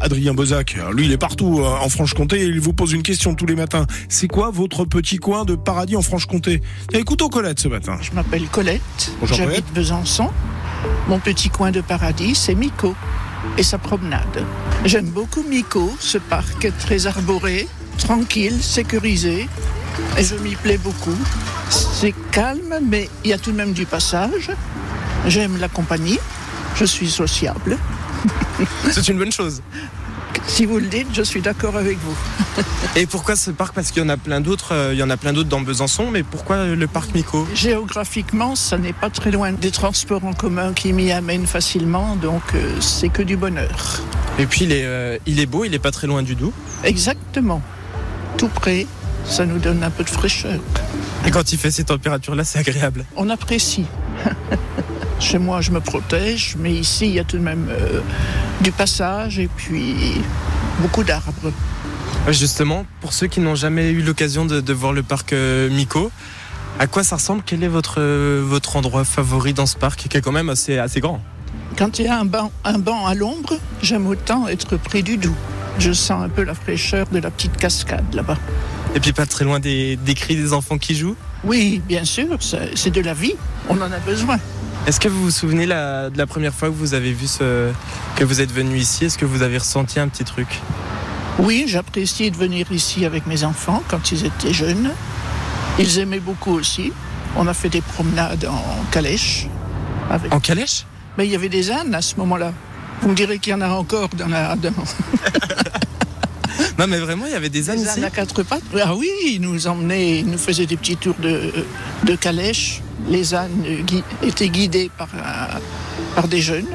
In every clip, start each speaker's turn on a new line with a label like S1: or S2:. S1: Adrien Bozac, lui il est partout euh, en Franche-Comté et il vous pose une question tous les matins. C'est quoi votre petit coin de paradis en Franche-Comté Il y a les couteaux Colette ce matin.
S2: Je m'appelle Colette,
S1: Bonjour,
S2: j'habite Besançon. Mon petit coin de paradis, c'est Mico et sa promenade. J'aime beaucoup Mico, ce parc est très arboré, tranquille, sécurisé, et je m'y plais beaucoup. C'est calme, mais il y a tout de même du passage. J'aime la compagnie, je suis sociable.
S3: C'est une bonne chose.
S2: Si vous le dites, je suis d'accord avec vous.
S3: Et pourquoi ce parc Parce qu'il y en a plein d'autres. euh, Il y en a plein d'autres dans Besançon, mais pourquoi euh, le parc Mico
S2: Géographiquement, ça n'est pas très loin des transports en commun qui m'y amènent facilement, donc euh, c'est que du bonheur.
S3: Et puis il est, euh, il est beau, il est pas très loin du Doubs.
S2: Exactement. Tout près, ça nous donne un peu de fraîcheur.
S3: Et quand il fait ces températures-là, c'est agréable.
S2: On apprécie. Chez moi, je me protège, mais ici, il y a tout de même euh, du passage et puis beaucoup d'arbres.
S3: Euh, Justement, pour ceux qui n'ont jamais eu l'occasion de, de voir le parc euh, Mico, à quoi ça ressemble Quel est votre, euh, votre endroit favori dans ce parc, qui est quand même assez, assez grand
S2: Quand il y a un banc, un banc à l'ombre, j'aime autant être près du Doubs. Je sens un peu la fraîcheur de la petite cascade là-bas.
S3: Et puis pas très loin des, des cris des enfants qui jouent.
S2: Oui, bien sûr, c'est c'est de la vie. On en a besoin.
S3: Est-ce que vous vous souvenez la- de la première fois que vous avez vu ce, que vous êtes venu ici Est-ce que vous avez ressenti un petit truc
S2: Oui, j'appréciais de venir ici avec mes enfants quand ils étaient jeunes. Ils aimaient beaucoup aussi. On a fait des promenades en calèche. avec-
S3: En calèche
S2: Mais il y avait des ânes à ce moment-là. Vous me direz qu'il y en a encore dans la. dans-
S3: Non, mais vraiment, il y avait des ânes
S2: Des
S3: ici.
S2: ânes à quatre pattes. Ah oui, ils nous emmenaient, ils nous faisaient des petits tours de, de calèche. Les ânes euh, gui- étaient guidés par, un- par des jeunes.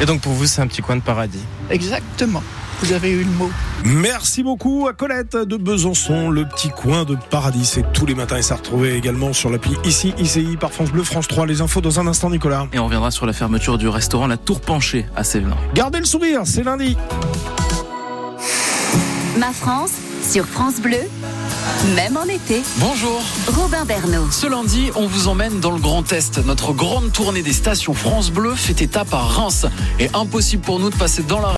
S3: Et donc pour vous, c'est un petit coin de paradis.
S2: Exactement. Vous avez eu le mot.
S1: Merci beaucoup à Colette de Besançon, le petit coin de paradis. C'est tous les matins et ça retrouvé également sur l'appli ici, ICI par France Bleu, France 3. Les infos dans un instant Nicolas.
S4: Et on reviendra sur la fermeture du restaurant La Tour Penchée à Sévenant.
S1: Gardez le sourire, c'est lundi.
S5: Ma France, sur France Bleu, même en été,
S6: Bonjour,
S5: Robin Bernot.
S6: ce lundi on vous emmène dans le Grand Est. Notre grande tournée des stations France Bleu fait étape à Reims. Et impossible pour nous de passer dans la